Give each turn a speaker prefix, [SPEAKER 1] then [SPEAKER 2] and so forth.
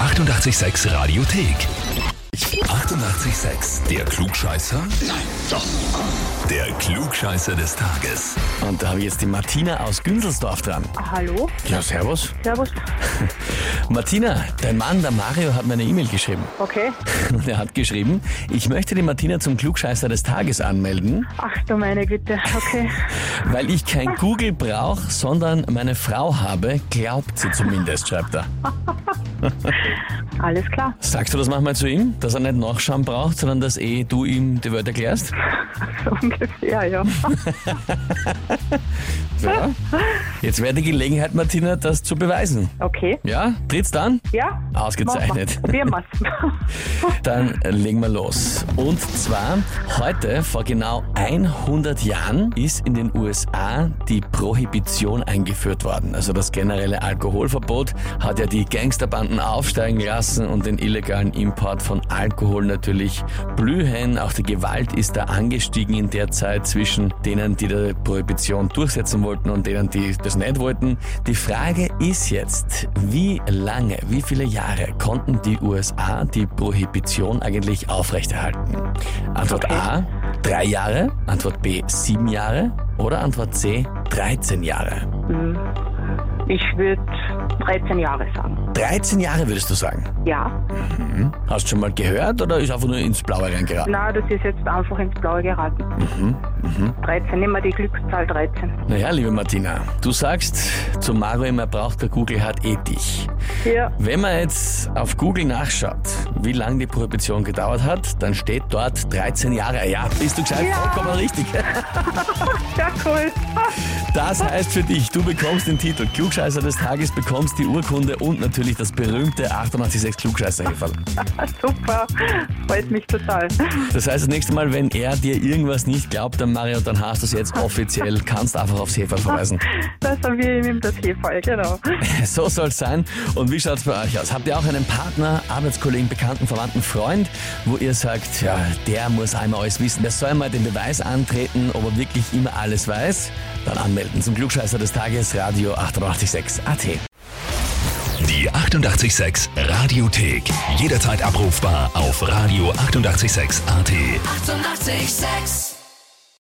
[SPEAKER 1] 886 Radiothek. 88,6. Der Klugscheißer? Nein, doch. Der Klugscheißer des Tages.
[SPEAKER 2] Und da habe ich jetzt die Martina aus Günzelsdorf dran.
[SPEAKER 3] Hallo,
[SPEAKER 2] Ja, servus.
[SPEAKER 3] Servus.
[SPEAKER 2] Martina, dein Mann, der Mario, hat mir eine E-Mail geschrieben.
[SPEAKER 3] Okay.
[SPEAKER 2] Und er hat geschrieben, ich möchte die Martina zum Klugscheißer des Tages anmelden,
[SPEAKER 3] Ach du meine Güte. Okay.
[SPEAKER 2] weil ich kein Google brauche, sondern meine Frau habe, glaubt sie zumindest, schreibt er.
[SPEAKER 3] Alles klar.
[SPEAKER 2] Sagst du das manchmal zu ihm, dass er nicht nachschauen braucht, sondern dass eh du ihm die Welt erklärst?
[SPEAKER 3] So ungefähr, ja.
[SPEAKER 2] Ja. Jetzt wäre die Gelegenheit, Martina, das zu beweisen.
[SPEAKER 3] Okay.
[SPEAKER 2] Ja, tritt's dann?
[SPEAKER 3] Ja?
[SPEAKER 2] Ausgezeichnet.
[SPEAKER 3] Machen wir. Probieren wir's.
[SPEAKER 2] Dann legen wir los. Und zwar, heute, vor genau 100 Jahren, ist in den USA die Prohibition eingeführt worden. Also das generelle Alkoholverbot hat ja die Gangsterbanden aufsteigen lassen und den illegalen Import von Alkohol natürlich blühen. Auch die Gewalt ist da angestiegen in der Zeit zwischen denen, die die Prohibition durchsetzen wollten und denen, die das nicht wollten. Die Frage ist jetzt, wie lange, wie viele Jahre konnten die USA die Prohibition eigentlich aufrechterhalten? Antwort A, drei Jahre, Antwort B, sieben Jahre oder Antwort C, 13 Jahre.
[SPEAKER 3] Ich würde 13 Jahre sagen.
[SPEAKER 2] 13 Jahre würdest du sagen.
[SPEAKER 3] Ja.
[SPEAKER 2] Hast du schon mal gehört oder ist einfach nur ins Blaue reingeraten?
[SPEAKER 3] Na, das ist jetzt einfach ins Blaue geraten. 13, nehmen wir die Glückszahl 13.
[SPEAKER 2] Naja, liebe Martina, du sagst zu Mario immer, braucht der Google hat eh dich.
[SPEAKER 3] Ja.
[SPEAKER 2] Wenn man jetzt auf Google nachschaut, wie lange die Prohibition gedauert hat, dann steht dort 13 Jahre. Ja, bist du gescheit?
[SPEAKER 3] Ja.
[SPEAKER 2] Vollkommen richtig.
[SPEAKER 3] Ja, cool.
[SPEAKER 2] Das heißt für dich, du bekommst den Titel Klugscheißer des Tages, bekommst die Urkunde und natürlich das berühmte 886 klugscheißer -Häferl.
[SPEAKER 3] Super. Freut mich total.
[SPEAKER 2] Das heißt, das nächste Mal, wenn er dir irgendwas nicht glaubt, dann Mario, dann hast du es jetzt offiziell, kannst einfach aufs Heferl verweisen.
[SPEAKER 3] Das haben wir ihm das Hefeu, genau.
[SPEAKER 2] So soll's sein. Und wie schaut's bei euch aus? Habt ihr auch einen Partner, Arbeitskollegen, Bekannten, Verwandten, Freund, wo ihr sagt, ja, der muss einmal alles wissen, der soll mal den Beweis antreten, ob er wirklich immer alles weiß? Dann anmelden zum Glückscheißer des Tages, Radio 886 AT.
[SPEAKER 1] Die 88,6 Radiothek. Jederzeit abrufbar auf radio886.at. 88,6.
[SPEAKER 4] Eighty-eight, sex.